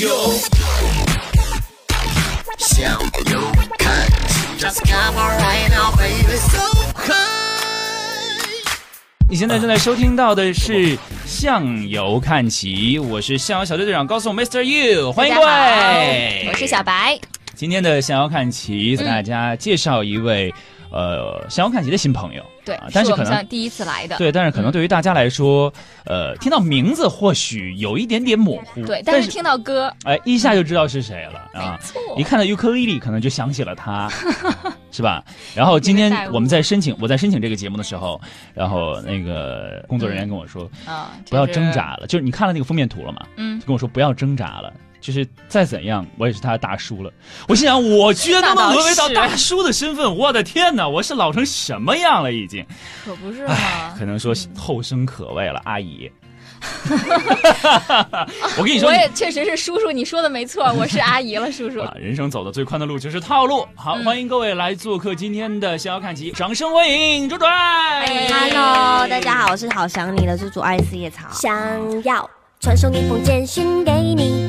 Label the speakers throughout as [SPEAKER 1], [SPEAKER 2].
[SPEAKER 1] 哟。向右看，Just come on right now, baby, so high。
[SPEAKER 2] 你现在正在收听到的是《向游看齐》，我是向游小队队长，告诉我 Mr. You，欢迎各位，
[SPEAKER 3] 我是小。白。
[SPEAKER 2] 今天的向游看齐，给大家介绍一位、呃向游看齐的新朋友，
[SPEAKER 3] 对
[SPEAKER 2] 啊，
[SPEAKER 3] 是
[SPEAKER 2] 但是
[SPEAKER 3] 我
[SPEAKER 2] 可
[SPEAKER 3] 们
[SPEAKER 2] 能
[SPEAKER 3] 算第一次来的。
[SPEAKER 2] 对，但是可能对于大家来说，呃，听到名字或许有一点点模糊，
[SPEAKER 3] 对，但
[SPEAKER 2] 但
[SPEAKER 3] 是听到歌，
[SPEAKER 2] 哎、一下就知道是谁了啊
[SPEAKER 3] 嗯没。错
[SPEAKER 2] 一，看到尤克里里，可能就想起了他，是 吧？然后今
[SPEAKER 3] 你们带
[SPEAKER 2] 天
[SPEAKER 3] 我
[SPEAKER 2] 我们在申请，我在申请这个节目的时候，然后那个工作人员跟我说，
[SPEAKER 3] 啊，
[SPEAKER 2] 不要
[SPEAKER 3] 这是
[SPEAKER 2] 挣。扎了，就是你看了那个封面图了吗？
[SPEAKER 3] 嗯
[SPEAKER 2] 就，跟我说不要挣扎了。就是再怎样，我也是他的大叔了。我心想，我居然都能沦为到
[SPEAKER 3] 那倒是
[SPEAKER 2] 大叔的身份，我的天哪！我是老成什么样了已经？
[SPEAKER 3] 可不是嘛
[SPEAKER 2] 哎可。能说后生可畏了，阿姨。 我跟你说，
[SPEAKER 3] 我也确实是叔叔，你说的 没错，我是阿姨了，叔叔。
[SPEAKER 2] 啊，人生走的最宽的路就是套路。好，
[SPEAKER 3] 嗯
[SPEAKER 2] 欢迎各位来做客今天的《逍遥看齐》，掌声欢迎周转。
[SPEAKER 4] 哎 Hello，大家。好，我是好想你的猪猪爱四叶草。
[SPEAKER 5] 想要传送一封简讯给你，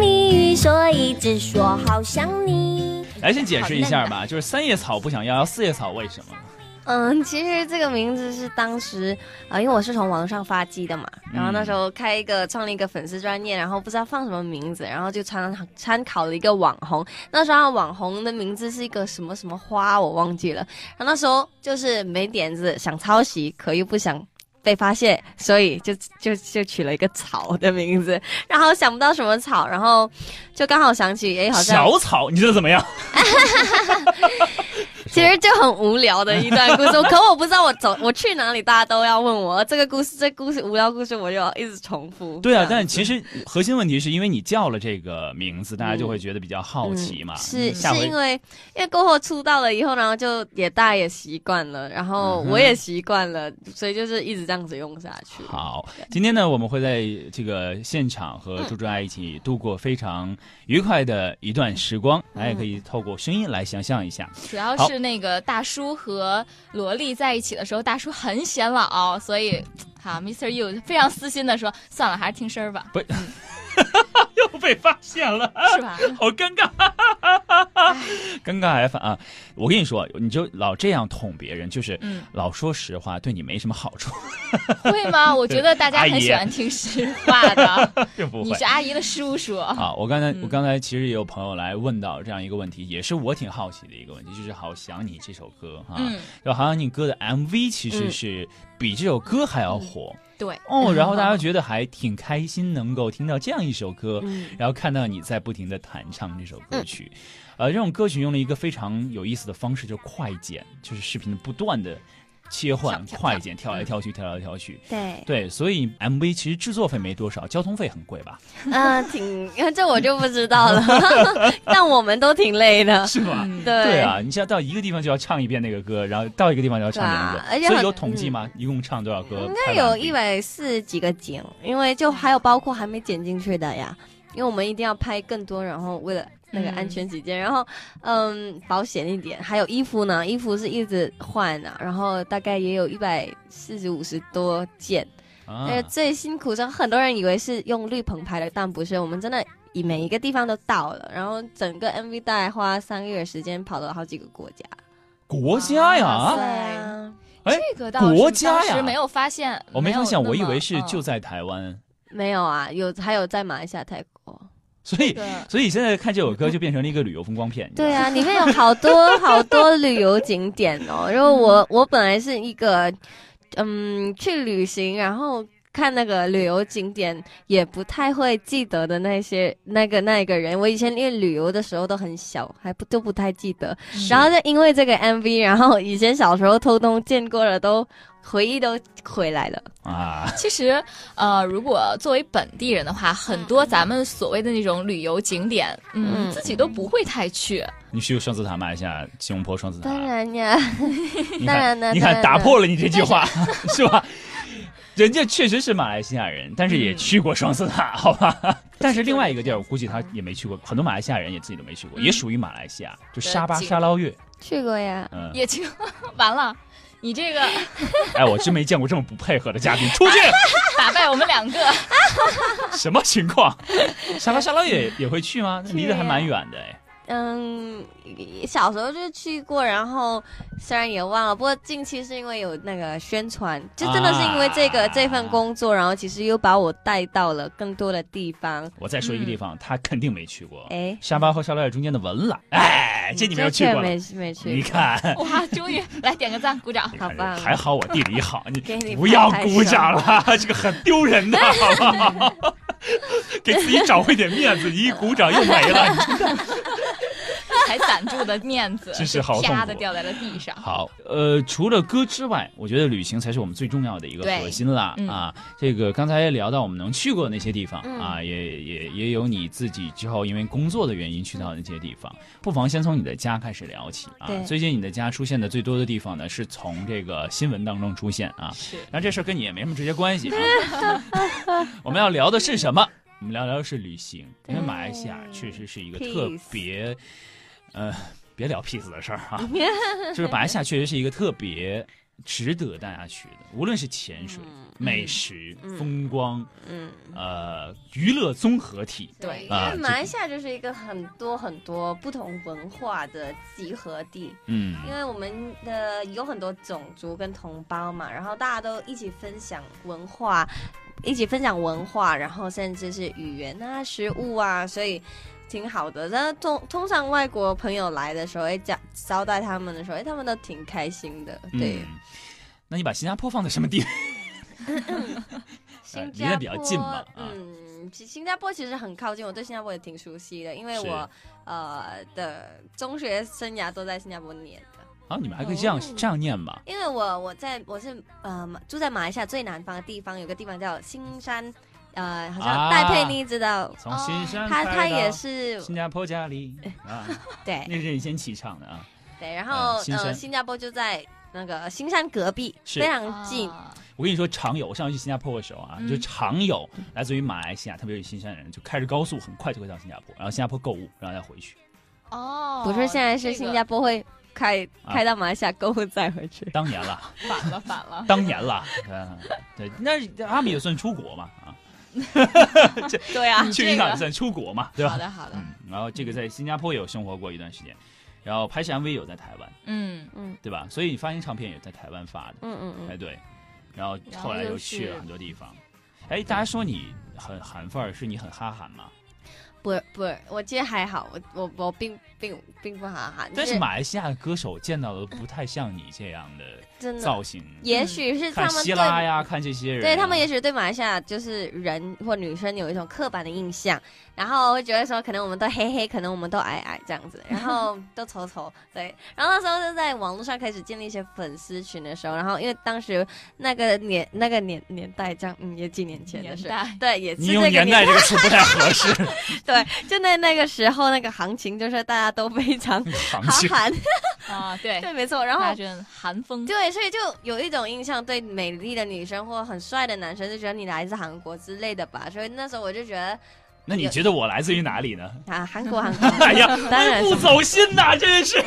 [SPEAKER 5] 蜜语，所以只说好想你。
[SPEAKER 2] 来，先解释一下吧，就是三叶草不想要，四叶草为什么？
[SPEAKER 4] 嗯，其实这个名字是当时呃，因为我是从网络上发迹的嘛，然后那时候开一个创立一个粉丝专业，然后不知道放什么名字，然后就参参考了一个网红，那时候那网红的名字是一个什么什么花，我忘记了。然后那时候就是没点子，想抄袭，可又不想。被发现，所以就就就取了一个草的名字，然后想不到什么草，然后就刚好想起，哎，好像
[SPEAKER 2] 小草，你觉得怎么样？
[SPEAKER 4] 其实就很无聊的一段故事，可 我不知道我走我去哪里，大家都要问我这个故事，这故事无聊故事，我就要一直重复。
[SPEAKER 2] 对啊，
[SPEAKER 4] 这样
[SPEAKER 2] 但其实核心问题是因为你叫了这个名字，大家就会觉得比较好奇嘛。
[SPEAKER 4] 嗯
[SPEAKER 2] 嗯
[SPEAKER 4] 是
[SPEAKER 2] 下
[SPEAKER 4] 是
[SPEAKER 2] 回
[SPEAKER 4] 因为因为过后出道了以后，然后就也大家也习惯了，然后
[SPEAKER 2] 嗯哼
[SPEAKER 4] 我也习惯了，所以就是一直这样子用下去。
[SPEAKER 2] 好，今天呢，我们会在这个现场和朱朱爱一起度过非常愉快的一段时光。大家也可以透过声音来想象一下。
[SPEAKER 3] 主要
[SPEAKER 2] 好
[SPEAKER 3] 是那个大叔和萝莉在一起的时候，大叔很显老，所以。好，Mr. You 非常私心的说，算了，还是听声 儿吧，
[SPEAKER 2] 又被发现了，
[SPEAKER 3] 是吧？
[SPEAKER 2] 好尴尬，尴尬还反啊！我跟你说，你就老这样捅别人，就是
[SPEAKER 3] 嗯
[SPEAKER 2] 老说实话，对你没什么好处，
[SPEAKER 3] 会吗？我觉得大家
[SPEAKER 2] 阿
[SPEAKER 3] 很
[SPEAKER 2] 姨
[SPEAKER 3] 喜欢听实话的。
[SPEAKER 2] 就 不
[SPEAKER 3] 你
[SPEAKER 2] 会
[SPEAKER 3] 是。阿姨的叔叔，
[SPEAKER 2] 啊，我刚才、
[SPEAKER 3] 嗯
[SPEAKER 2] 我刚才其实也有朋友来问到这样一个问题，也是我挺好奇的一个问题，就是《好想你》这首歌哈，
[SPEAKER 3] 嗯，
[SPEAKER 2] 就《好想你》歌的 MV 其实
[SPEAKER 4] 嗯
[SPEAKER 2] 是比这首歌还要火、
[SPEAKER 3] 对，
[SPEAKER 2] 哦，然后
[SPEAKER 3] 嗯
[SPEAKER 2] 大家觉得还挺开心，能够听到这样一首歌，
[SPEAKER 4] 嗯，
[SPEAKER 2] 然后看到你在不停的弹唱这首
[SPEAKER 3] 嗯
[SPEAKER 2] 歌曲，呃，这种歌曲用了一个非常有意思的方式，就是快剪，就是视频不断的切换
[SPEAKER 3] 跳跳嗯
[SPEAKER 2] 快剪，跳来跳去，跳来跳去。
[SPEAKER 4] 对，
[SPEAKER 2] 对，所以 MV 其实制作费没多少，交通费很贵吧？
[SPEAKER 4] 嗯，挺这我就不知道了， 但我们都挺累的。
[SPEAKER 2] 是吧？
[SPEAKER 3] 嗯
[SPEAKER 4] 对
[SPEAKER 2] 对啊，你像到一个地方就要唱一遍那个歌，然后到一个地方就要唱两
[SPEAKER 4] 对啊而
[SPEAKER 2] 个，
[SPEAKER 4] 且
[SPEAKER 2] 所以
[SPEAKER 4] 很嗯
[SPEAKER 2] 有统计吗？一共唱多少歌？
[SPEAKER 4] 应
[SPEAKER 2] 拍
[SPEAKER 4] 该
[SPEAKER 2] 完
[SPEAKER 4] 有
[SPEAKER 2] MV
[SPEAKER 4] 一百四十几个景，因为就还有包括还没剪进去的呀，因为我们一定要拍更多，然后为了那个
[SPEAKER 3] 嗯
[SPEAKER 4] 安全起见，然后嗯保险一点，还有衣服呢，衣服是一直换啊，然后大概也有一百四十五十多件，
[SPEAKER 2] 啊
[SPEAKER 4] 呃、最辛苦的，很多人以为是用绿棚拍的，但不是，我们真的。以每一个地方都到了，然后整个 MV 大概花三个月时间，跑了好几个国家。
[SPEAKER 2] 国家
[SPEAKER 3] 哇
[SPEAKER 2] 呀
[SPEAKER 3] 塞！
[SPEAKER 4] 啊，
[SPEAKER 3] 这个倒是
[SPEAKER 2] 国家呀
[SPEAKER 3] 当时没有发现，
[SPEAKER 2] 我没
[SPEAKER 3] 有
[SPEAKER 2] 成想，
[SPEAKER 3] 那
[SPEAKER 2] 我以
[SPEAKER 3] 么
[SPEAKER 2] 为是就
[SPEAKER 3] 嗯
[SPEAKER 2] 在台湾，
[SPEAKER 4] 没有啊，有还有在马来西亚、泰国。
[SPEAKER 2] 所以
[SPEAKER 3] 对
[SPEAKER 2] 所以现在看这首歌就变成了一个旅游风光片。你知道
[SPEAKER 4] 对
[SPEAKER 2] 吗，
[SPEAKER 4] 啊，里面有好多好多旅游景 嗯点哦。然后我我本来是一个，嗯，去旅行，然后看那个旅游景点也不太会记得的那些那个那个人。我以前因为旅游的时候都很小，还不都不太记得。然后就因为这个 MV，然后以前小时候偷东见过了，都回忆都回来了。
[SPEAKER 2] 啊，
[SPEAKER 3] 其实，呃，如果作为本地人的话，很多咱们所谓的那种旅游景点，嗯，
[SPEAKER 4] 嗯
[SPEAKER 3] 自己都不会太去。
[SPEAKER 2] 你去双子塔买一下吉隆坡双子塔。
[SPEAKER 4] 当然呀，
[SPEAKER 2] 你看
[SPEAKER 4] 当然呢
[SPEAKER 2] 你
[SPEAKER 4] 当
[SPEAKER 2] 看
[SPEAKER 4] 然呢
[SPEAKER 2] 打破了你这句话 是吧？人家确实是马来西亚人，但是也去过双子
[SPEAKER 4] 嗯
[SPEAKER 2] 塔，好 吧？但是另外一个地儿，我估计他也没去过，很多马来西亚人也自己都没去过，
[SPEAKER 3] 嗯
[SPEAKER 2] 也属于马来西亚，就沙巴
[SPEAKER 3] 景
[SPEAKER 2] 沙捞越。
[SPEAKER 4] 去过呀。
[SPEAKER 2] 嗯，
[SPEAKER 3] 也就 完了，你这个
[SPEAKER 2] 哎，我真没见过这么不配合的嘉宾，出 去！
[SPEAKER 3] 打败我们两个。
[SPEAKER 2] 什么情 况？沙巴沙捞越也会去吗？
[SPEAKER 4] 啊
[SPEAKER 2] 那离得还蛮远的哎。
[SPEAKER 4] 嗯，小时候就去过，然后虽然也忘了，不过近期是因为有那个宣传，就真的是因为这个、
[SPEAKER 2] 啊
[SPEAKER 4] 这份工作，然后其实又把我带到了更多的地方。
[SPEAKER 2] 我再说一个地
[SPEAKER 4] 嗯
[SPEAKER 2] 方，他肯定没去过。
[SPEAKER 4] 哎，
[SPEAKER 2] 沙巴和沙捞越中间的文莱，哎，这你没有去过
[SPEAKER 4] 这
[SPEAKER 2] 了。
[SPEAKER 4] 确没没去过。
[SPEAKER 2] 你看，
[SPEAKER 3] 哇，终于来点个赞，鼓 掌。
[SPEAKER 2] 你看
[SPEAKER 4] 好棒啊
[SPEAKER 2] 还好我地理好，
[SPEAKER 4] 给
[SPEAKER 2] 你
[SPEAKER 4] 你
[SPEAKER 2] 不要
[SPEAKER 4] 拍拍
[SPEAKER 2] 鼓掌了， 这个很丢人 的，好不好？ 给自己找回点面子，你一鼓掌又没了。 你
[SPEAKER 3] 才攒住的面子，
[SPEAKER 2] 真是好
[SPEAKER 3] 就
[SPEAKER 2] 痛
[SPEAKER 3] 啪
[SPEAKER 2] 苦
[SPEAKER 3] 的掉在了地上。
[SPEAKER 2] 好，呃，除了歌之外，我觉得旅行才是我们最重要的一个
[SPEAKER 3] 对
[SPEAKER 2] 核心啦、
[SPEAKER 3] 嗯
[SPEAKER 2] 啊。这个刚才也聊到我们能去过的那些地方、
[SPEAKER 4] 嗯
[SPEAKER 2] 啊，也也也有你自己之后因为工作的原因去到的那些地方。不妨先从你的家开始聊起啊
[SPEAKER 4] 对。
[SPEAKER 2] 最近你的家出现的最多的地方呢，是从这个新闻当中出现啊。
[SPEAKER 3] 是
[SPEAKER 2] 但这事儿跟你也没什么直接关系啊。 我们要聊的是什么？我们聊聊的是旅行，因为马来西亚确实是一个特
[SPEAKER 4] Peace
[SPEAKER 2] 别，呃，别聊 peace 的事儿 啊，就是马来西亚确实是一个特别值得大家去的，无论是潜水、美食、风光，
[SPEAKER 4] 嗯，
[SPEAKER 2] 呃，娱乐综合体。
[SPEAKER 3] 对
[SPEAKER 4] 因
[SPEAKER 2] 啊
[SPEAKER 4] 为马来西亚就是一个很多很多不同文化的集合地，
[SPEAKER 2] 嗯，
[SPEAKER 4] 因为我们的有很多种族跟同胞嘛，然后大家都一起分享文化，一起分享文化，然后甚至是语言啊、食物啊，所以挺好的。但是通通常外国朋友来的时候，哎，招招待他们的时候，哎，他们都挺开心的。对，
[SPEAKER 2] 嗯那你把新加坡放在什么地？
[SPEAKER 4] 新
[SPEAKER 2] 离
[SPEAKER 4] 加
[SPEAKER 2] 得
[SPEAKER 4] 坡
[SPEAKER 2] 比较近嘛啊
[SPEAKER 4] 嗯，其新加坡其实很靠近，我对新加坡也挺熟悉的，因为
[SPEAKER 2] 是
[SPEAKER 4] 我呃的中学生涯都在新加坡念的。
[SPEAKER 2] 啊，你们还可以这样、
[SPEAKER 4] 哦
[SPEAKER 2] 这样念吧？
[SPEAKER 4] 因为我我在我是呃马住在马来西亚最南方的地方，有个地方叫新山，呃，好
[SPEAKER 2] 啊
[SPEAKER 4] 像戴佩妮知道，
[SPEAKER 2] 从新山
[SPEAKER 4] 她
[SPEAKER 2] 开到
[SPEAKER 4] 她哦也是
[SPEAKER 2] 新加坡家里啊，
[SPEAKER 4] 对
[SPEAKER 2] 那是你先起唱的啊。
[SPEAKER 4] 对，然后
[SPEAKER 2] 嗯新山
[SPEAKER 4] 呃新加坡就在那个新山隔壁，
[SPEAKER 2] 是
[SPEAKER 4] 非常近。
[SPEAKER 3] 啊
[SPEAKER 2] 我跟你说，常有我上次去新加坡的时候啊，
[SPEAKER 3] 嗯
[SPEAKER 2] 就常有来自于马来西亚，特别是新山人，就开着高速很快就会到新加坡，然后新加坡购物，然后再回去。
[SPEAKER 3] 哦，
[SPEAKER 4] 不是现在是新加坡会开、
[SPEAKER 2] 啊
[SPEAKER 4] 开到马来西亚购物再回去，
[SPEAKER 2] 当年了，
[SPEAKER 3] 坡反了反了。
[SPEAKER 2] 当年了，嗯，对，那阿米也算出国嘛啊，
[SPEAKER 3] 对啊，
[SPEAKER 4] 嗯
[SPEAKER 2] 去
[SPEAKER 3] 这
[SPEAKER 2] 一趟也
[SPEAKER 3] 个
[SPEAKER 2] 算出国嘛，对
[SPEAKER 3] 好
[SPEAKER 2] 吧？
[SPEAKER 3] 的好的，
[SPEAKER 2] 嗯，然后这个在新加坡也有生活过一段时间，然后拍摄 MV 有在台湾，
[SPEAKER 3] 嗯，
[SPEAKER 2] 对吧？所以发行唱片也在台湾发的，
[SPEAKER 4] 嗯嗯嗯。
[SPEAKER 2] 哎对，然后
[SPEAKER 3] 然后
[SPEAKER 2] 后来
[SPEAKER 3] 又
[SPEAKER 2] 又去
[SPEAKER 3] 是
[SPEAKER 2] 了很多地方。哎，大家说你很韩范儿，是你很哈韩吗？
[SPEAKER 4] 不不，我其实还好，我我我并并并不好哈，
[SPEAKER 2] 但
[SPEAKER 4] 就是
[SPEAKER 2] 马来西亚的歌手见到的不太像你这样的
[SPEAKER 4] 真的，
[SPEAKER 2] 造型，
[SPEAKER 4] 也许是他
[SPEAKER 2] 看
[SPEAKER 4] 们
[SPEAKER 2] 希
[SPEAKER 4] 对
[SPEAKER 2] 拉呀，看这些人啊，
[SPEAKER 4] 对他们也许对马来西亚就是人或女生有一种刻板的印象，然后会觉得说可能我们都黑黑，可能我们都矮矮这样子，然 后都丑丑，对。然后那时候就在网络上开始建立一些粉丝群的时候，然后因为当时那个年那个年年代这样，嗯，也几年前的
[SPEAKER 3] 年
[SPEAKER 4] 事，
[SPEAKER 3] 代
[SPEAKER 4] 对，也是
[SPEAKER 2] 你
[SPEAKER 4] 这
[SPEAKER 2] 用
[SPEAKER 4] 个
[SPEAKER 2] 年代这个词不太 合适，
[SPEAKER 4] 对，就那那个时候那个行情就是大家都非常
[SPEAKER 2] 行
[SPEAKER 4] 好
[SPEAKER 2] 情
[SPEAKER 4] 喊，
[SPEAKER 3] 啊，对，
[SPEAKER 4] 对，没错。然后
[SPEAKER 3] 那阵寒风，
[SPEAKER 4] 对，所以就有一种印象，对美丽的女生或很帅的男生就觉得你来自韩国之类的吧。所以那时候我就觉得
[SPEAKER 2] 那你觉得我来自于哪里 呢？
[SPEAKER 4] 啊，韩国，韩国，
[SPEAKER 2] 哎呀，
[SPEAKER 4] 当然
[SPEAKER 2] 不
[SPEAKER 4] 是
[SPEAKER 2] 走心呐，真是！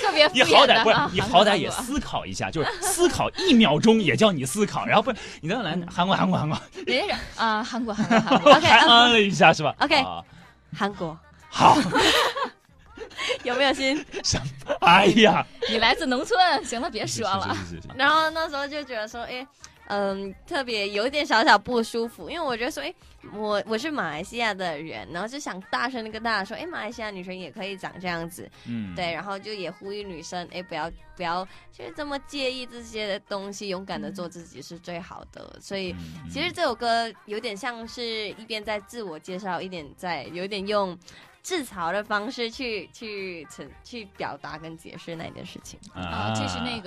[SPEAKER 3] 特别敷
[SPEAKER 2] 你好
[SPEAKER 3] 衍
[SPEAKER 2] 歹
[SPEAKER 3] 的
[SPEAKER 2] 不是
[SPEAKER 3] 啊，
[SPEAKER 2] 你
[SPEAKER 3] 韩
[SPEAKER 2] 好
[SPEAKER 3] 国
[SPEAKER 2] 歹也
[SPEAKER 3] 韩国
[SPEAKER 2] 思考一下，就是思考一秒钟也叫你思考，然后不是你当
[SPEAKER 4] 嗯
[SPEAKER 2] 然韩国韩国韩国，
[SPEAKER 3] 人家是啊，韩国韩国韩国，
[SPEAKER 2] 我还嗯了一下是吧
[SPEAKER 4] OK
[SPEAKER 2] 啊
[SPEAKER 4] 韩国，
[SPEAKER 2] 好，
[SPEAKER 4] 有没有心？
[SPEAKER 2] 哎呀，
[SPEAKER 3] 你来自农村，行了，别说了，
[SPEAKER 2] 是，是是是是
[SPEAKER 4] 然后那时候就觉得说，哎，嗯，特别有一点小小不舒服，因为我觉得说，哎，我我是马来西亚的人，然后就想大声的跟大家说，哎，马来西亚女生也可以长这样子，
[SPEAKER 2] 嗯，
[SPEAKER 4] 对，，然后就也呼吁女生，哎，不要不要就是这么介意这些的东西，勇敢的做自己是最好的。所以
[SPEAKER 2] 嗯
[SPEAKER 4] 其实这首歌有点像是一边在自我介绍，一点在有点用自嘲的方式去去呈去表达跟解释那件事情。
[SPEAKER 2] 嗯
[SPEAKER 3] 啊，这是那
[SPEAKER 2] 个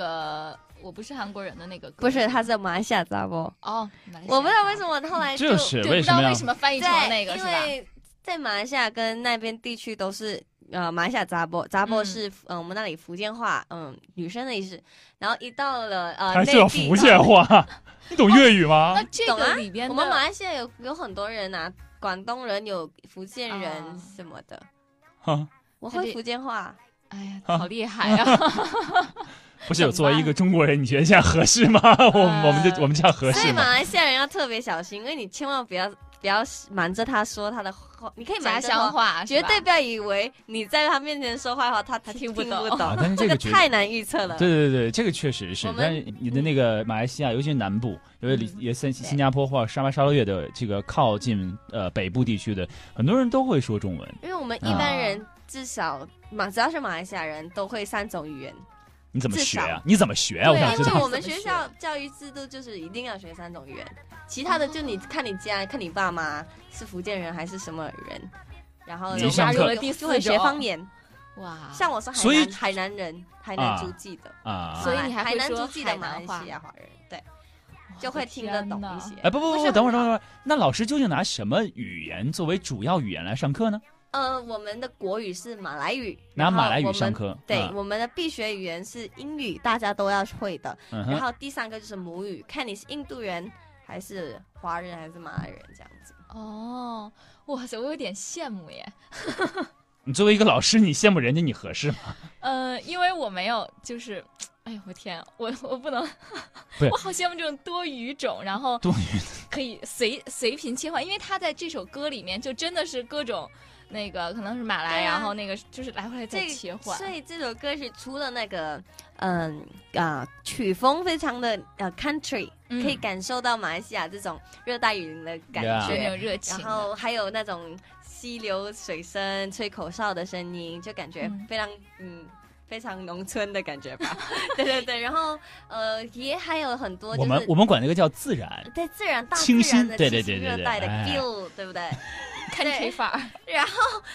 [SPEAKER 3] 个我不是韩国人的那个歌，
[SPEAKER 4] 不是，他是马来西亚杂波，
[SPEAKER 3] 哦，马来西亚
[SPEAKER 4] 我不知道为什么后来就
[SPEAKER 2] 就是
[SPEAKER 3] 对，
[SPEAKER 2] 为
[SPEAKER 3] 不知
[SPEAKER 2] 什
[SPEAKER 3] 道
[SPEAKER 2] 么要
[SPEAKER 3] 为什么翻译成
[SPEAKER 4] 对，
[SPEAKER 3] 那个是
[SPEAKER 4] 因
[SPEAKER 3] 吧？
[SPEAKER 4] 为在马来西亚跟那边地区都是呃，马来西亚杂波，杂波
[SPEAKER 3] 嗯
[SPEAKER 4] 是嗯、呃我们那里福建话，嗯，女生的意思。然后一到了呃，
[SPEAKER 2] 啊还
[SPEAKER 4] 内
[SPEAKER 2] 是有
[SPEAKER 4] 地
[SPEAKER 2] 福建话？你懂粤语吗
[SPEAKER 3] 那？这
[SPEAKER 4] 懂啊
[SPEAKER 3] 个里边
[SPEAKER 4] 我
[SPEAKER 3] 的
[SPEAKER 4] 们马来西亚有有很多人啊，广东人有福建人
[SPEAKER 3] 哦
[SPEAKER 4] 什么的。
[SPEAKER 2] 哈，
[SPEAKER 4] 我
[SPEAKER 3] 特
[SPEAKER 4] 会
[SPEAKER 3] 别
[SPEAKER 4] 福建话，
[SPEAKER 3] 哎呀，好厉害 啊！
[SPEAKER 2] 不是有作为一个中国人，你觉得这样合适吗？ 我
[SPEAKER 4] 呃
[SPEAKER 2] 们我们这我们这样合
[SPEAKER 4] 所
[SPEAKER 2] 适
[SPEAKER 4] 以马
[SPEAKER 2] 吗？
[SPEAKER 4] 来西亚人要特别小心，因为你千万不要不要瞒着他说他的话，你可以
[SPEAKER 3] 家
[SPEAKER 4] 瞒着
[SPEAKER 3] 乡
[SPEAKER 4] 他，
[SPEAKER 3] 话
[SPEAKER 4] 绝对
[SPEAKER 3] 是吧
[SPEAKER 4] 不要以为你在他面前说坏话，他
[SPEAKER 3] 他听
[SPEAKER 4] 听
[SPEAKER 3] 不
[SPEAKER 4] 懂，
[SPEAKER 3] 懂
[SPEAKER 2] 啊 但是
[SPEAKER 4] 这
[SPEAKER 2] 这
[SPEAKER 4] 个
[SPEAKER 2] 个绝
[SPEAKER 4] 太难预测了。
[SPEAKER 2] 对对对，这个确实是
[SPEAKER 4] 我。们
[SPEAKER 2] 但是你的那个马来西亚，尤其是南部，因为离
[SPEAKER 3] 嗯
[SPEAKER 2] 也新新加坡或者沙巴、沙捞越的这个靠近呃北部地区的，很多人都会说中文。
[SPEAKER 4] 因为我们一般人至少马，只要是马来西亚人都会三种语言，
[SPEAKER 2] 你怎么
[SPEAKER 4] 至
[SPEAKER 2] 学
[SPEAKER 4] 少
[SPEAKER 2] 啊？你怎么学啊？我
[SPEAKER 3] 对
[SPEAKER 2] 想
[SPEAKER 4] 因
[SPEAKER 2] 知
[SPEAKER 4] 为
[SPEAKER 2] 道。
[SPEAKER 4] 我们学校教育制度就是一定要学三种语言，其他的就你看你家看你爸妈是福建人还是什么人，然后
[SPEAKER 2] 你
[SPEAKER 4] 有
[SPEAKER 2] 上
[SPEAKER 4] 加入
[SPEAKER 2] 课
[SPEAKER 4] 了第四种就会学方言，
[SPEAKER 3] 哇，
[SPEAKER 4] 像我是海
[SPEAKER 2] 所以
[SPEAKER 4] 南海南人，海南
[SPEAKER 2] 啊
[SPEAKER 4] 族籍的，
[SPEAKER 2] 啊
[SPEAKER 3] 所以你还
[SPEAKER 4] 海
[SPEAKER 3] 会
[SPEAKER 4] 南
[SPEAKER 3] 说
[SPEAKER 4] 族籍的
[SPEAKER 3] 海
[SPEAKER 4] 马
[SPEAKER 3] 南
[SPEAKER 4] 来
[SPEAKER 3] 话
[SPEAKER 4] 西亚华人，对，
[SPEAKER 3] 我
[SPEAKER 4] 就
[SPEAKER 3] 的
[SPEAKER 4] 会听得
[SPEAKER 3] 天
[SPEAKER 4] 懂
[SPEAKER 3] 哪
[SPEAKER 4] 一些。
[SPEAKER 2] 哎，不不不
[SPEAKER 4] 不是
[SPEAKER 2] 不，
[SPEAKER 4] 很
[SPEAKER 2] 等会儿
[SPEAKER 4] 好
[SPEAKER 2] 等会儿，那老师究竟拿什么语言作为主要语言来上课呢？
[SPEAKER 4] 呃，我们的国语是马来语，
[SPEAKER 2] 拿
[SPEAKER 4] 然后
[SPEAKER 2] 马来
[SPEAKER 4] 我
[SPEAKER 2] 语
[SPEAKER 4] 们
[SPEAKER 2] 上。课，
[SPEAKER 4] 对，
[SPEAKER 2] 啊
[SPEAKER 4] 我们的必学语言是英语，大家都要会的。
[SPEAKER 2] 嗯哼，
[SPEAKER 4] 然后第三个就是母语，看你是印度人还是华人还是马来人这样子。
[SPEAKER 3] 哦，哇塞，我有点羡慕耶。
[SPEAKER 2] 你作为一个老师，你羡慕人家你合适吗？
[SPEAKER 3] 呃，因为我没有，就是，哎呦我天，我我不能，
[SPEAKER 2] 不是
[SPEAKER 3] 我好羡慕这种多语种，然后
[SPEAKER 2] 多余
[SPEAKER 3] 可以随随频切换，因为他在这首歌里面就真的是各种那个可能是马来，
[SPEAKER 4] 对啊
[SPEAKER 3] 然后那个就是来回来再切换，
[SPEAKER 4] 所以这首歌是除了那个，嗯啊、曲风非常的呃 country，、
[SPEAKER 3] 嗯
[SPEAKER 4] 可以感受到马来西亚这种热带雨林的感
[SPEAKER 2] Yeah
[SPEAKER 3] 有
[SPEAKER 4] 觉。
[SPEAKER 3] 那种热情
[SPEAKER 4] 然
[SPEAKER 3] 的，
[SPEAKER 4] 后还有那种溪流水声、吹口哨的声音，就感觉
[SPEAKER 3] 嗯
[SPEAKER 4] 非常嗯非常农村的感觉吧。 对对对，然后呃也还有很多
[SPEAKER 2] 我
[SPEAKER 4] 就
[SPEAKER 2] 们
[SPEAKER 4] 是
[SPEAKER 2] 我们管那个叫自然，
[SPEAKER 4] 对自然大自
[SPEAKER 2] 清
[SPEAKER 4] 然
[SPEAKER 2] 新
[SPEAKER 4] 的
[SPEAKER 2] 对对
[SPEAKER 4] 气
[SPEAKER 2] 对
[SPEAKER 4] 息
[SPEAKER 2] 对对
[SPEAKER 4] 热带的
[SPEAKER 2] 哎
[SPEAKER 4] feel，对不对？
[SPEAKER 3] 看吹法儿，
[SPEAKER 4] 然后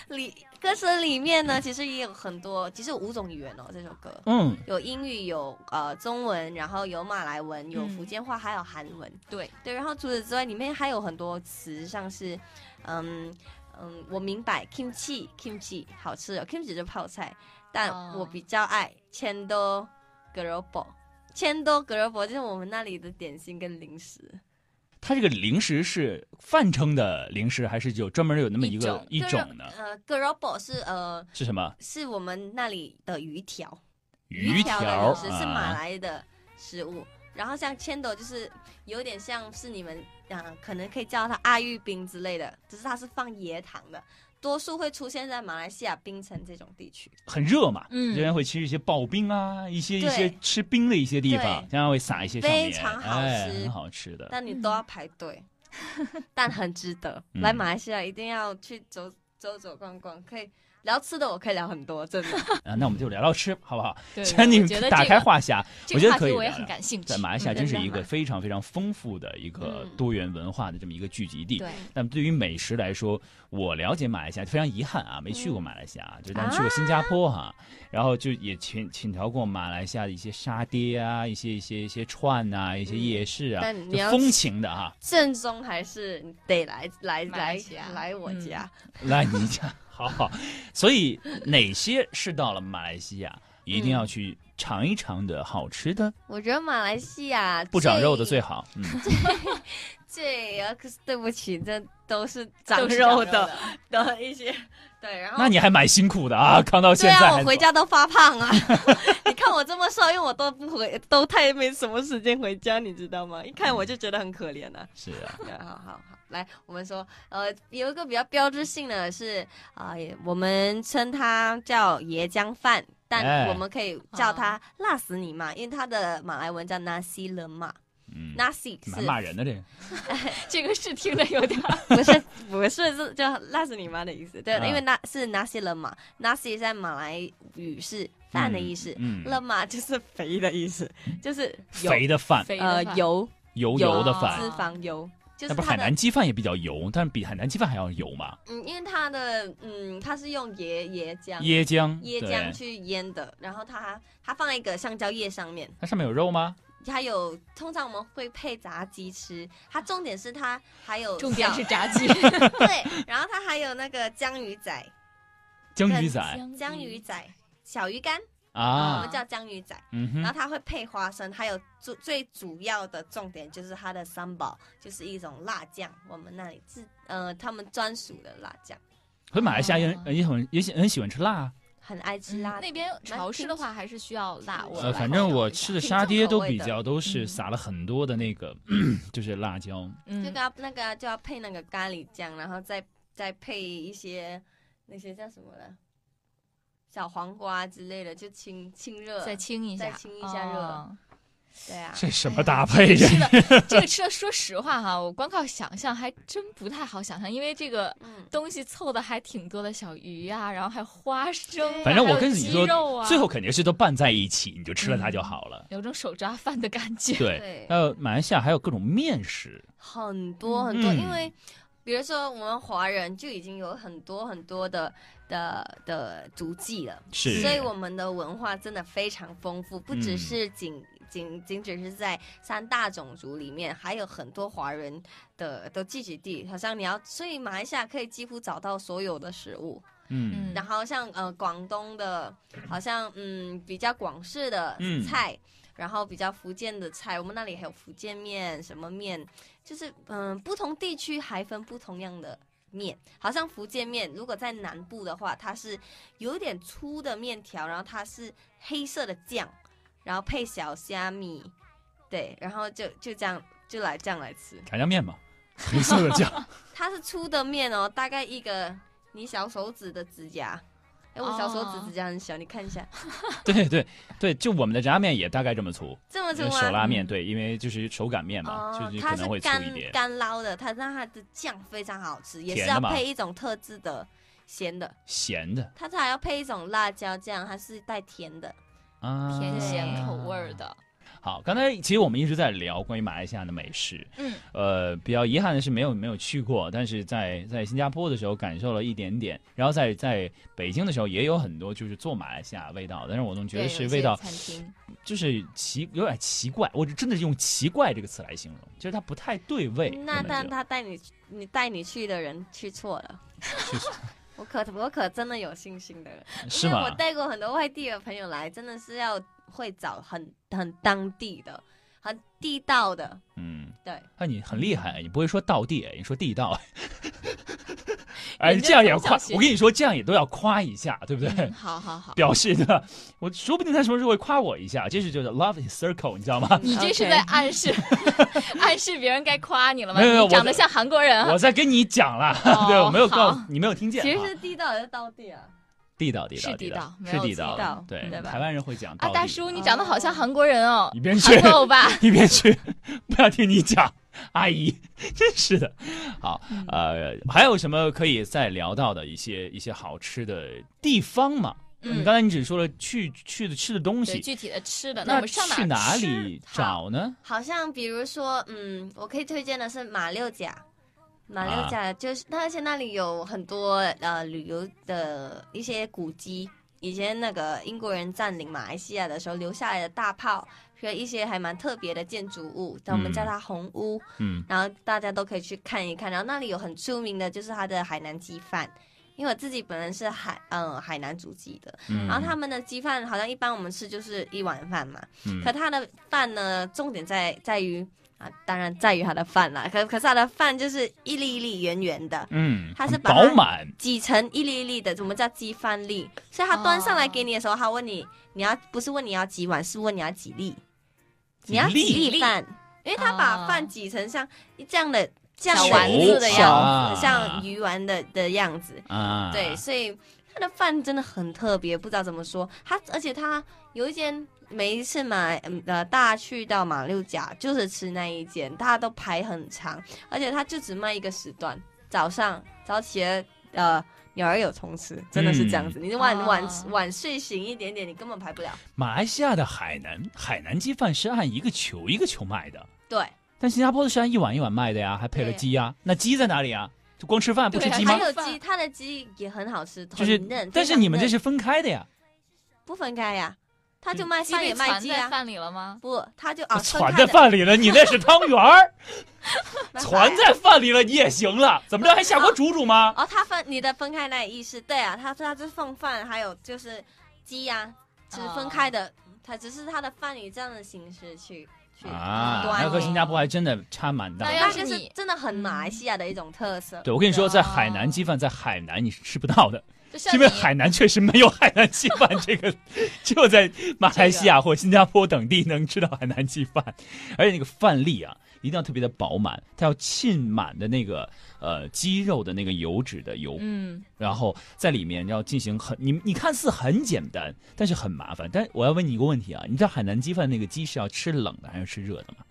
[SPEAKER 4] 里歌词里面呢，其实也有很多，其实有五种语言哦，这首歌。
[SPEAKER 2] 嗯，
[SPEAKER 4] 有英语，有呃中文，然后有马来文，有
[SPEAKER 3] 嗯
[SPEAKER 4] 福建话，还有韩文。
[SPEAKER 3] 对
[SPEAKER 4] 对，然后除此之外，里面还有很多词，像是嗯嗯，我明白 kimchi kimchi 好吃哦，kimchi 就是泡菜，但
[SPEAKER 3] 哦
[SPEAKER 4] 我比较爱 chendol g r o b o chendol g r o b o 就是我们那里的点心跟零食。
[SPEAKER 2] 它这个零食是泛称的零食，还是有专门有那么一个一
[SPEAKER 4] 一种
[SPEAKER 2] 种呢？
[SPEAKER 4] 呃 g r o b o 是呃
[SPEAKER 2] 是什么？
[SPEAKER 4] 是我们那里的鱼条，
[SPEAKER 2] 鱼
[SPEAKER 4] 条
[SPEAKER 2] 条
[SPEAKER 4] 的零食是马
[SPEAKER 2] 啊，
[SPEAKER 4] 来的食物。然后像 chendol 就是有点像是你们啊、呃可能可以叫它阿玉冰之类的，只是它是放椰糖的，多数会出现在马来西亚槟城这种地区。
[SPEAKER 2] 很热嘛，
[SPEAKER 3] 嗯
[SPEAKER 2] 这边会吃一些刨冰啊，一些一
[SPEAKER 4] 对
[SPEAKER 2] 些吃冰的一些地方
[SPEAKER 4] 对，
[SPEAKER 2] 这样会撒一些上面，
[SPEAKER 4] 非常好
[SPEAKER 2] 哎
[SPEAKER 4] 吃
[SPEAKER 2] 很好吃的。
[SPEAKER 4] 但你
[SPEAKER 3] 嗯
[SPEAKER 4] 都要排队， 但很值得。
[SPEAKER 2] 嗯
[SPEAKER 4] 来马来西亚一定要去走走走逛逛，可以聊吃的，我可以聊很多，真的。
[SPEAKER 2] 啊，那我们就聊聊吃，好不好？
[SPEAKER 3] 对，
[SPEAKER 2] 既然你
[SPEAKER 3] 我觉得
[SPEAKER 2] 打
[SPEAKER 3] 这
[SPEAKER 2] 开
[SPEAKER 3] 个
[SPEAKER 2] 话匣，
[SPEAKER 3] 这
[SPEAKER 2] 我
[SPEAKER 3] 个
[SPEAKER 2] 觉
[SPEAKER 3] 话
[SPEAKER 2] 得可
[SPEAKER 3] 题
[SPEAKER 2] 以
[SPEAKER 3] 我也
[SPEAKER 2] 聊
[SPEAKER 3] 很
[SPEAKER 2] 聊
[SPEAKER 3] 感兴趣，
[SPEAKER 2] 在马来西亚真是一
[SPEAKER 4] 嗯真的
[SPEAKER 2] 个
[SPEAKER 4] 吗
[SPEAKER 2] 非常非常丰富的一个
[SPEAKER 4] 嗯
[SPEAKER 2] 多元文化的这么一个聚集地。
[SPEAKER 3] 对，
[SPEAKER 2] 那么对于美食来说，我了解马来西亚非常遗憾啊，没去过马来西亚，
[SPEAKER 4] 嗯
[SPEAKER 2] 就但去过新加坡哈、
[SPEAKER 4] 啊
[SPEAKER 2] 然后就也请请教过马来西亚的一些沙爹啊，一些一些一些串啊，一些夜市啊，
[SPEAKER 4] 但你
[SPEAKER 2] 就
[SPEAKER 4] 要
[SPEAKER 2] 风情的 哈、
[SPEAKER 4] 正宗还是你得来来
[SPEAKER 3] 马来
[SPEAKER 4] 来
[SPEAKER 3] 西亚
[SPEAKER 4] 来我
[SPEAKER 3] 嗯
[SPEAKER 4] 家，
[SPEAKER 2] 来你家，好好。所以哪些是到了马来西亚一定
[SPEAKER 4] 嗯
[SPEAKER 2] 要去尝一尝的好吃的，
[SPEAKER 4] 我觉得马来西亚
[SPEAKER 2] 不长肉的
[SPEAKER 4] 最
[SPEAKER 2] 最好，嗯，
[SPEAKER 4] 这啊，可是对不起，这都是长
[SPEAKER 3] 都是
[SPEAKER 4] 肉
[SPEAKER 3] 长
[SPEAKER 4] 的的一些，对，然后
[SPEAKER 2] 那你还蛮辛苦的啊，扛到
[SPEAKER 4] 哦对
[SPEAKER 2] 现在还
[SPEAKER 4] 啊，
[SPEAKER 2] 走。
[SPEAKER 4] 我回家都发胖啊， 你看我这么瘦，因为我都不回，都太没什么时间回家，你知道吗？一看我就觉得很可怜啊。
[SPEAKER 2] 是啊，
[SPEAKER 4] 对好好好，来，我们说，呃，有一个比较标志性的是，啊、我们称它叫椰浆饭，但
[SPEAKER 2] 哎
[SPEAKER 4] 哦我们可以叫它辣死你嘛，因为它的马来文叫 nasi lemak。
[SPEAKER 2] 嗯，
[SPEAKER 4] ，Nasi
[SPEAKER 2] 蛮
[SPEAKER 4] 是
[SPEAKER 2] 骂人的这个，嗯
[SPEAKER 3] 这个是听着有点 儿
[SPEAKER 4] 不是不是是就辣死你妈的意思，对，
[SPEAKER 2] 啊
[SPEAKER 4] 因为那是那些人嘛，那些在马来语是饭的意思，
[SPEAKER 2] 嗯，
[SPEAKER 4] 勒嘛就是肥的意思，就是油
[SPEAKER 2] 肥的饭，
[SPEAKER 3] 肥的
[SPEAKER 4] 呃
[SPEAKER 3] 吧
[SPEAKER 4] 油
[SPEAKER 2] 油
[SPEAKER 4] 油
[SPEAKER 2] 油的
[SPEAKER 3] 饭
[SPEAKER 4] 脂
[SPEAKER 2] 饭。
[SPEAKER 4] 肪油，就
[SPEAKER 2] 那
[SPEAKER 4] 是
[SPEAKER 2] 不
[SPEAKER 4] 它
[SPEAKER 2] 海
[SPEAKER 4] 的
[SPEAKER 2] 南鸡饭也比较油，但是比海南鸡饭还要油嘛？
[SPEAKER 4] 嗯，因为它的嗯，它是用椰椰浆
[SPEAKER 2] 椰浆，
[SPEAKER 4] 嗯椰
[SPEAKER 2] 对
[SPEAKER 4] 浆去腌的，然后它它放在一个香蕉叶上面，
[SPEAKER 2] 它上面有肉吗？
[SPEAKER 4] 它有通常我们会配炸鸡吃，它重点是它还有
[SPEAKER 3] 重点
[SPEAKER 4] 小
[SPEAKER 3] 是炸 鸡、
[SPEAKER 4] 对，然后它还有那个江鱼仔、
[SPEAKER 2] 蒸
[SPEAKER 4] 跟
[SPEAKER 2] 鱼仔
[SPEAKER 4] 江鱼仔、小鱼干，我
[SPEAKER 2] 啊
[SPEAKER 4] 们，叫江鱼仔。
[SPEAKER 2] 嗯
[SPEAKER 4] 然后
[SPEAKER 2] 哼，
[SPEAKER 4] 它会配花生，还有最最主要的重点就是它的三宝，就是一种辣酱，我们那里自呃他们专属的辣酱，
[SPEAKER 2] 所以马来西亚人
[SPEAKER 4] 哦
[SPEAKER 3] 啊
[SPEAKER 2] 呃也很也喜很喜欢吃辣啊。
[SPEAKER 4] 很爱吃
[SPEAKER 3] 嗯
[SPEAKER 4] 辣。
[SPEAKER 3] 那边潮湿的话还是需要辣。我
[SPEAKER 2] 呃，
[SPEAKER 3] 来
[SPEAKER 2] 反
[SPEAKER 3] 考
[SPEAKER 2] 正
[SPEAKER 3] 虑
[SPEAKER 2] 我
[SPEAKER 3] 一下
[SPEAKER 2] 吃的
[SPEAKER 4] 挺
[SPEAKER 2] 沙
[SPEAKER 4] 重
[SPEAKER 2] 爹
[SPEAKER 4] 口
[SPEAKER 2] 都
[SPEAKER 4] 味
[SPEAKER 2] 比
[SPEAKER 4] 的
[SPEAKER 2] 较都是
[SPEAKER 3] 嗯
[SPEAKER 2] 撒了很多的那 个，就是辣椒。
[SPEAKER 4] 就
[SPEAKER 3] 嗯
[SPEAKER 4] 跟，它那个啊就要配那个咖喱酱，然后再再配一些那些叫什么的，小黄瓜之类的，就清清热。
[SPEAKER 3] 嗯再清一下，
[SPEAKER 4] 再清一下 热
[SPEAKER 3] 哦
[SPEAKER 4] 对啊，
[SPEAKER 2] 这什
[SPEAKER 3] 哎
[SPEAKER 2] 么
[SPEAKER 3] 呀
[SPEAKER 2] 搭配？这
[SPEAKER 3] 吃了这个吃了，说实话哈，我光靠想象还真不太好想象，因为这个
[SPEAKER 4] 嗯，
[SPEAKER 3] 东西凑的还挺多的，小鱼呀、然后还有花生啊、
[SPEAKER 2] 反正
[SPEAKER 3] 还
[SPEAKER 2] 我
[SPEAKER 3] 有
[SPEAKER 2] 跟你
[SPEAKER 3] 鸡
[SPEAKER 2] 说
[SPEAKER 3] 肉啊
[SPEAKER 2] 最后肯定是都拌在一起，你就吃了它就好了。
[SPEAKER 3] 有种手抓饭的感觉。
[SPEAKER 2] 对嗯
[SPEAKER 4] 嗯对，
[SPEAKER 2] 还有马来西亚还有各种面食，
[SPEAKER 4] 很多很多，
[SPEAKER 2] 嗯
[SPEAKER 4] 因为比如说我们华人就已经有很多很多的的的足迹了，
[SPEAKER 2] 是
[SPEAKER 4] 所以我们的文化真的非常丰富，不只
[SPEAKER 2] 嗯
[SPEAKER 4] 是仅。仅仅只是在三大种族里面，还有很多华人的的聚集地，好像你要，所以马来西亚可以几乎找到所有的食物。
[SPEAKER 2] 嗯，
[SPEAKER 4] 然后像呃广东的，好像嗯比较广式的
[SPEAKER 2] 嗯
[SPEAKER 4] 菜，然后比较福建的菜，我们那里还有福建面什么面，就是嗯、不同地区还分不同样的。面好像福建面，如果在南部的话，它是有一点粗的面条，然后它是黑色的酱，然后配小虾米，对，然后就就这样就来这样来吃。
[SPEAKER 2] 炸酱面嘛， 黑色的酱，
[SPEAKER 4] 它是粗的面哦，大概一个你小手指的指甲。哎，我小手
[SPEAKER 2] 哦
[SPEAKER 4] 指指甲很小，你看一下，
[SPEAKER 2] 对对对，就我们的炸酱面也大概这么粗，
[SPEAKER 4] 这么粗
[SPEAKER 2] 因为呃手
[SPEAKER 4] 吗？
[SPEAKER 2] 拉
[SPEAKER 3] 嗯
[SPEAKER 2] 面对，因为就是手擀面嘛，
[SPEAKER 4] 哦
[SPEAKER 2] 就，是可
[SPEAKER 4] 它是
[SPEAKER 2] 能会粗
[SPEAKER 4] 干
[SPEAKER 2] 一点。
[SPEAKER 4] 干捞的，它让它的酱非常好吃，也是
[SPEAKER 2] 甜的
[SPEAKER 4] 要
[SPEAKER 2] 吗
[SPEAKER 4] 配一种特制的咸的，
[SPEAKER 2] 咸的
[SPEAKER 4] 它这还要配一种辣椒酱，它是带甜的。
[SPEAKER 2] 啊，
[SPEAKER 3] 甜咸口味儿。的，
[SPEAKER 2] 好，刚才其实我们一直在聊关于马来西亚的美食，
[SPEAKER 3] 嗯，
[SPEAKER 2] 呃，比较遗憾的是没有没有去过，但是在在新加坡的时候感受了一点点，然后在在北京的时候也有很多就是做马来西亚味道，但是我总觉
[SPEAKER 3] 对，
[SPEAKER 2] 得
[SPEAKER 3] 有
[SPEAKER 2] 是
[SPEAKER 3] 一
[SPEAKER 2] 味
[SPEAKER 3] 些
[SPEAKER 2] 道
[SPEAKER 3] 餐厅
[SPEAKER 2] 就是奇有点奇怪，我真的是用奇怪这个词来形容，就是它不太对味。
[SPEAKER 4] 那
[SPEAKER 2] 可能
[SPEAKER 4] 但
[SPEAKER 2] 就
[SPEAKER 4] 他带你你带你去的人去错了， 我可我可真的有信心的人。
[SPEAKER 2] 是
[SPEAKER 4] 因为我
[SPEAKER 2] 吗？
[SPEAKER 4] 带过很多外地的朋友来，真的是要会找很很当地的、很地道的。
[SPEAKER 2] 嗯，
[SPEAKER 4] 对，
[SPEAKER 2] 那、你很厉害，你不会说道地，你说地 道。哎，
[SPEAKER 3] 人家
[SPEAKER 2] 这样也要
[SPEAKER 3] 从
[SPEAKER 2] 夸
[SPEAKER 3] 小，学
[SPEAKER 2] 我跟你说，这样也都要夸一下， 对不对？
[SPEAKER 3] 嗯，好好 好，
[SPEAKER 2] 表示的，我说不定他什么时候会夸我一下，这是就是 love is circle，你知道吗？
[SPEAKER 3] 你这是
[SPEAKER 4] 嗯 OK
[SPEAKER 3] 在 暗示暗示别人该夸你了吗？
[SPEAKER 2] 没有没有
[SPEAKER 3] 你长
[SPEAKER 2] 我
[SPEAKER 3] 得
[SPEAKER 2] 在
[SPEAKER 3] 像韩国人啊
[SPEAKER 2] 我，在跟你讲了，
[SPEAKER 3] 哦
[SPEAKER 2] 对，我没有告
[SPEAKER 3] 好
[SPEAKER 2] 你没有听见啊，
[SPEAKER 4] 其实是地道还是道地啊？
[SPEAKER 2] 地道地道
[SPEAKER 3] 是地道没
[SPEAKER 2] 是
[SPEAKER 3] 有
[SPEAKER 2] 地
[SPEAKER 3] 地
[SPEAKER 2] 道
[SPEAKER 4] 道
[SPEAKER 2] 的，对
[SPEAKER 4] 对，吧
[SPEAKER 2] 台湾人会讲道
[SPEAKER 3] 啊，
[SPEAKER 2] 地
[SPEAKER 3] 大叔，你长得好像韩国人哦，
[SPEAKER 2] 一 边去
[SPEAKER 3] 韩国欧巴。
[SPEAKER 2] 一边去，不要听你讲，阿姨， 真是的。好，
[SPEAKER 3] 嗯
[SPEAKER 2] 呃，还有什么可以再聊到的一些一些好吃的地方吗？
[SPEAKER 3] 嗯
[SPEAKER 2] 你刚才你只说了去去的吃的东
[SPEAKER 3] 对
[SPEAKER 2] 西，
[SPEAKER 3] 具体的吃的，那
[SPEAKER 2] 那
[SPEAKER 3] 我们上
[SPEAKER 2] 去
[SPEAKER 3] 哪
[SPEAKER 2] 哪
[SPEAKER 3] 儿吃
[SPEAKER 2] 里
[SPEAKER 3] 好
[SPEAKER 2] 找呢？
[SPEAKER 4] 好像比如说，嗯，我可以推荐的是马六甲。马六甲
[SPEAKER 2] 啊
[SPEAKER 4] 就是，它而且那里有很多呃旅游的一些古迹。以前那个英国人占领马来西亚的时候留下来的大炮，和一些还蛮特别的建筑物，我们
[SPEAKER 2] 嗯
[SPEAKER 4] 叫它红屋。
[SPEAKER 2] 嗯，
[SPEAKER 4] 然后大家都可以去看一看。然后那里有很出名的就是它的海南鸡饭，因为我自己本人是海嗯、海南祖籍的，
[SPEAKER 2] 嗯
[SPEAKER 4] 然后他们的鸡饭好像一般我们吃就是一碗饭嘛，
[SPEAKER 2] 嗯
[SPEAKER 4] 可它的饭呢重点在在于啊，当然在于它的饭啦，可可是它的饭就是一粒一粒圆圆的。
[SPEAKER 2] 嗯，
[SPEAKER 4] 它是
[SPEAKER 2] 很
[SPEAKER 4] 把
[SPEAKER 2] 饱
[SPEAKER 4] 它
[SPEAKER 2] 满，
[SPEAKER 4] 挤成一粒一粒的，我们叫鸡饭粒。所以它端上来给你的时候，他问你，你要不是问你要几碗，是问你要几粒，你要
[SPEAKER 2] 几粒
[SPEAKER 4] 几粒饭，因为他把
[SPEAKER 3] 哦
[SPEAKER 4] 饭挤成像这样的像
[SPEAKER 3] 小
[SPEAKER 4] 丸
[SPEAKER 3] 丸
[SPEAKER 4] 子
[SPEAKER 3] 子
[SPEAKER 4] 的
[SPEAKER 3] 的
[SPEAKER 4] 样
[SPEAKER 2] 样
[SPEAKER 4] 子，
[SPEAKER 2] 子
[SPEAKER 4] 像鱼丸的的样子。
[SPEAKER 2] 啊，
[SPEAKER 4] 对，所以他的饭真的很特别，不知道怎么说。他而且他有一间，每一次买嗯呃大家去到马六甲就是吃那一间，大家都排很长，而且他就只卖一个时段，早上早起来呃。鸟儿有虫吃，真的是这样
[SPEAKER 2] 嗯
[SPEAKER 4] 子。你晚晚
[SPEAKER 3] 哦
[SPEAKER 4] 晚睡醒一点点，你根本排不了。
[SPEAKER 2] 马来西亚的海南海南鸡饭是按一个球一个球卖的，
[SPEAKER 4] 对，
[SPEAKER 2] 但新加坡的是按一碗一碗卖的呀，还配了
[SPEAKER 4] 对
[SPEAKER 2] 鸡呀。那鸡在哪里啊？就光吃饭不吃
[SPEAKER 3] 对啊
[SPEAKER 2] 鸡
[SPEAKER 4] 还
[SPEAKER 2] 吗？
[SPEAKER 4] 有
[SPEAKER 3] 饭
[SPEAKER 4] 鸡，它的鸡也很好吃，
[SPEAKER 2] 就是
[SPEAKER 4] 很嫩。，
[SPEAKER 2] 但
[SPEAKER 4] 非
[SPEAKER 2] 是
[SPEAKER 4] 常
[SPEAKER 2] 你们这
[SPEAKER 4] 嫩
[SPEAKER 2] 是分开的呀，
[SPEAKER 4] 不分开呀、他就
[SPEAKER 2] 嗯
[SPEAKER 4] 卖
[SPEAKER 3] 鸡
[SPEAKER 4] 饭也
[SPEAKER 3] 被
[SPEAKER 4] 卖
[SPEAKER 3] 传
[SPEAKER 4] 鸡
[SPEAKER 3] 在
[SPEAKER 4] 啊，
[SPEAKER 3] 饭里了吗？
[SPEAKER 4] 不，他就啊分
[SPEAKER 2] 攒
[SPEAKER 4] 开
[SPEAKER 2] 在
[SPEAKER 4] 的
[SPEAKER 2] 饭里了，你那是汤圆儿，
[SPEAKER 4] 卖饭
[SPEAKER 2] 攒
[SPEAKER 4] 呀
[SPEAKER 2] 在饭里了你也行了，怎么着还下锅煮煮 吗？
[SPEAKER 4] 哦，他分你的分开那意思，对啊，他他是放饭，还有就是鸡呀、是分开的，他只是他的饭以这样的形式去去
[SPEAKER 2] 啊，
[SPEAKER 4] 端
[SPEAKER 2] 那和
[SPEAKER 4] 给
[SPEAKER 2] 新加坡还真的差蛮大
[SPEAKER 3] 那
[SPEAKER 2] 的。
[SPEAKER 3] 要
[SPEAKER 4] 那
[SPEAKER 3] 是
[SPEAKER 4] 就是
[SPEAKER 3] 你
[SPEAKER 4] 真的很马来西亚的一种特色。
[SPEAKER 2] 对，我跟你说，
[SPEAKER 3] 啊
[SPEAKER 2] 在海南鸡饭在海南你是吃不到的，
[SPEAKER 3] 就像
[SPEAKER 2] 因为海南确实没有海南鸡饭这 个，只有在马来西亚或新加坡等地能吃到海南鸡饭，而且那个饭粒啊一定要特别的饱满，它要浸满的那个呃鸡肉的那个油脂的油
[SPEAKER 3] 嗯，
[SPEAKER 2] 然后在里面要进行很你你看似很简单，但是很麻烦。但我要问你一个问题啊，你知道海南鸡饭那个鸡是要吃冷的还是吃热的吗？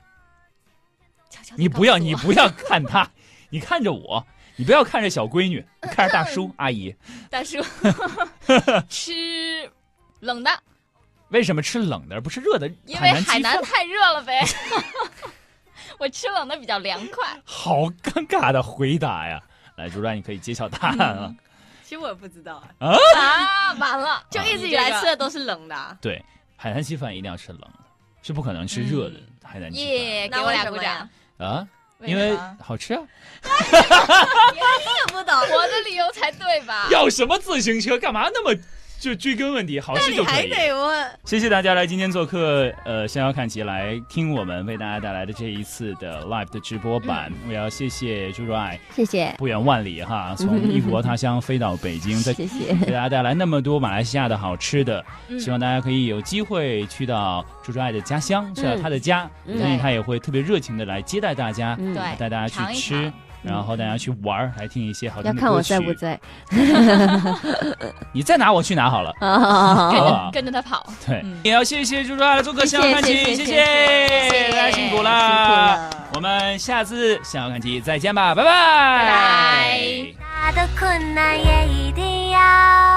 [SPEAKER 3] 悄悄地
[SPEAKER 2] 你不要
[SPEAKER 3] 告诉
[SPEAKER 2] 你
[SPEAKER 3] 我
[SPEAKER 2] 不要看他，你看着我，你不要看着小闺女，你看着大叔 阿姨。
[SPEAKER 3] 大叔吃冷的，
[SPEAKER 2] 为什么吃冷的而不吃热的？
[SPEAKER 3] 因为
[SPEAKER 2] 海
[SPEAKER 3] 海
[SPEAKER 2] 南
[SPEAKER 3] 南
[SPEAKER 2] 鸡饭
[SPEAKER 3] 太热了呗。 我吃冷的比较凉快。
[SPEAKER 2] 好尴尬的回答呀！来，竹然，你可以揭晓答案了。
[SPEAKER 3] 嗯
[SPEAKER 4] 其实我也不知道、啊，
[SPEAKER 3] 啊，完了，
[SPEAKER 4] 就一直
[SPEAKER 3] 你
[SPEAKER 4] 以
[SPEAKER 3] 这
[SPEAKER 4] 来
[SPEAKER 3] 个
[SPEAKER 4] 吃的都是冷的啊、
[SPEAKER 2] 对，海南鸡饭一定要吃冷的，是不可能吃热的。海南鸡饭
[SPEAKER 3] 嗯耶，给
[SPEAKER 4] 那
[SPEAKER 3] 我
[SPEAKER 4] 为
[SPEAKER 3] 俩
[SPEAKER 4] 什
[SPEAKER 3] 鼓
[SPEAKER 4] 么呀
[SPEAKER 3] 掌。
[SPEAKER 2] 啊，
[SPEAKER 3] 为
[SPEAKER 2] 因为
[SPEAKER 3] 什么
[SPEAKER 2] 好吃啊。
[SPEAKER 4] 看不懂。
[SPEAKER 3] 我的理由才对吧？
[SPEAKER 2] 要什么自行车？干嘛那么就追根问底？好吃哦
[SPEAKER 4] 你
[SPEAKER 2] 就可
[SPEAKER 4] 还
[SPEAKER 2] 以。
[SPEAKER 4] 得 问，
[SPEAKER 2] 谢谢大家来今天做客，呃，逍遥看齐来听我们为大家带来的这一次的 live 的直播版。我也要谢谢朱若爱，
[SPEAKER 4] 嗯谢谢，
[SPEAKER 2] 不远万里 哈，从异国他乡飞到北京，在。
[SPEAKER 4] 谢。
[SPEAKER 2] 给大家带来那么多马来西亚的好吃的，
[SPEAKER 3] 嗯
[SPEAKER 2] 希望大家可以有机会去到朱朱爱的家乡，去到他的家，我相信他也会特别热情的来接待大家，
[SPEAKER 4] 嗯
[SPEAKER 3] 对
[SPEAKER 2] 带大家
[SPEAKER 3] 尝
[SPEAKER 2] 去
[SPEAKER 3] 一
[SPEAKER 2] 吃
[SPEAKER 3] 尝，
[SPEAKER 2] 然后带大家去玩儿，来听一些好听
[SPEAKER 4] 要
[SPEAKER 2] 的歌曲。
[SPEAKER 4] 看我在不在
[SPEAKER 2] 你再拿我去拿好了。
[SPEAKER 4] 啊？
[SPEAKER 3] 跟
[SPEAKER 2] 好不好
[SPEAKER 3] 着跟着他跑。
[SPEAKER 2] 对
[SPEAKER 3] 嗯，
[SPEAKER 2] 也要谢谢朱朱爱来做客
[SPEAKER 4] 谢
[SPEAKER 2] 逍遥看齐，
[SPEAKER 4] 谢谢
[SPEAKER 2] 谢
[SPEAKER 4] 谢
[SPEAKER 3] 谢
[SPEAKER 2] 大家辛苦啦，
[SPEAKER 4] 辛苦了
[SPEAKER 2] 我们下次逍遥看齐再见吧，拜
[SPEAKER 3] 拜
[SPEAKER 5] 大的困难也一定要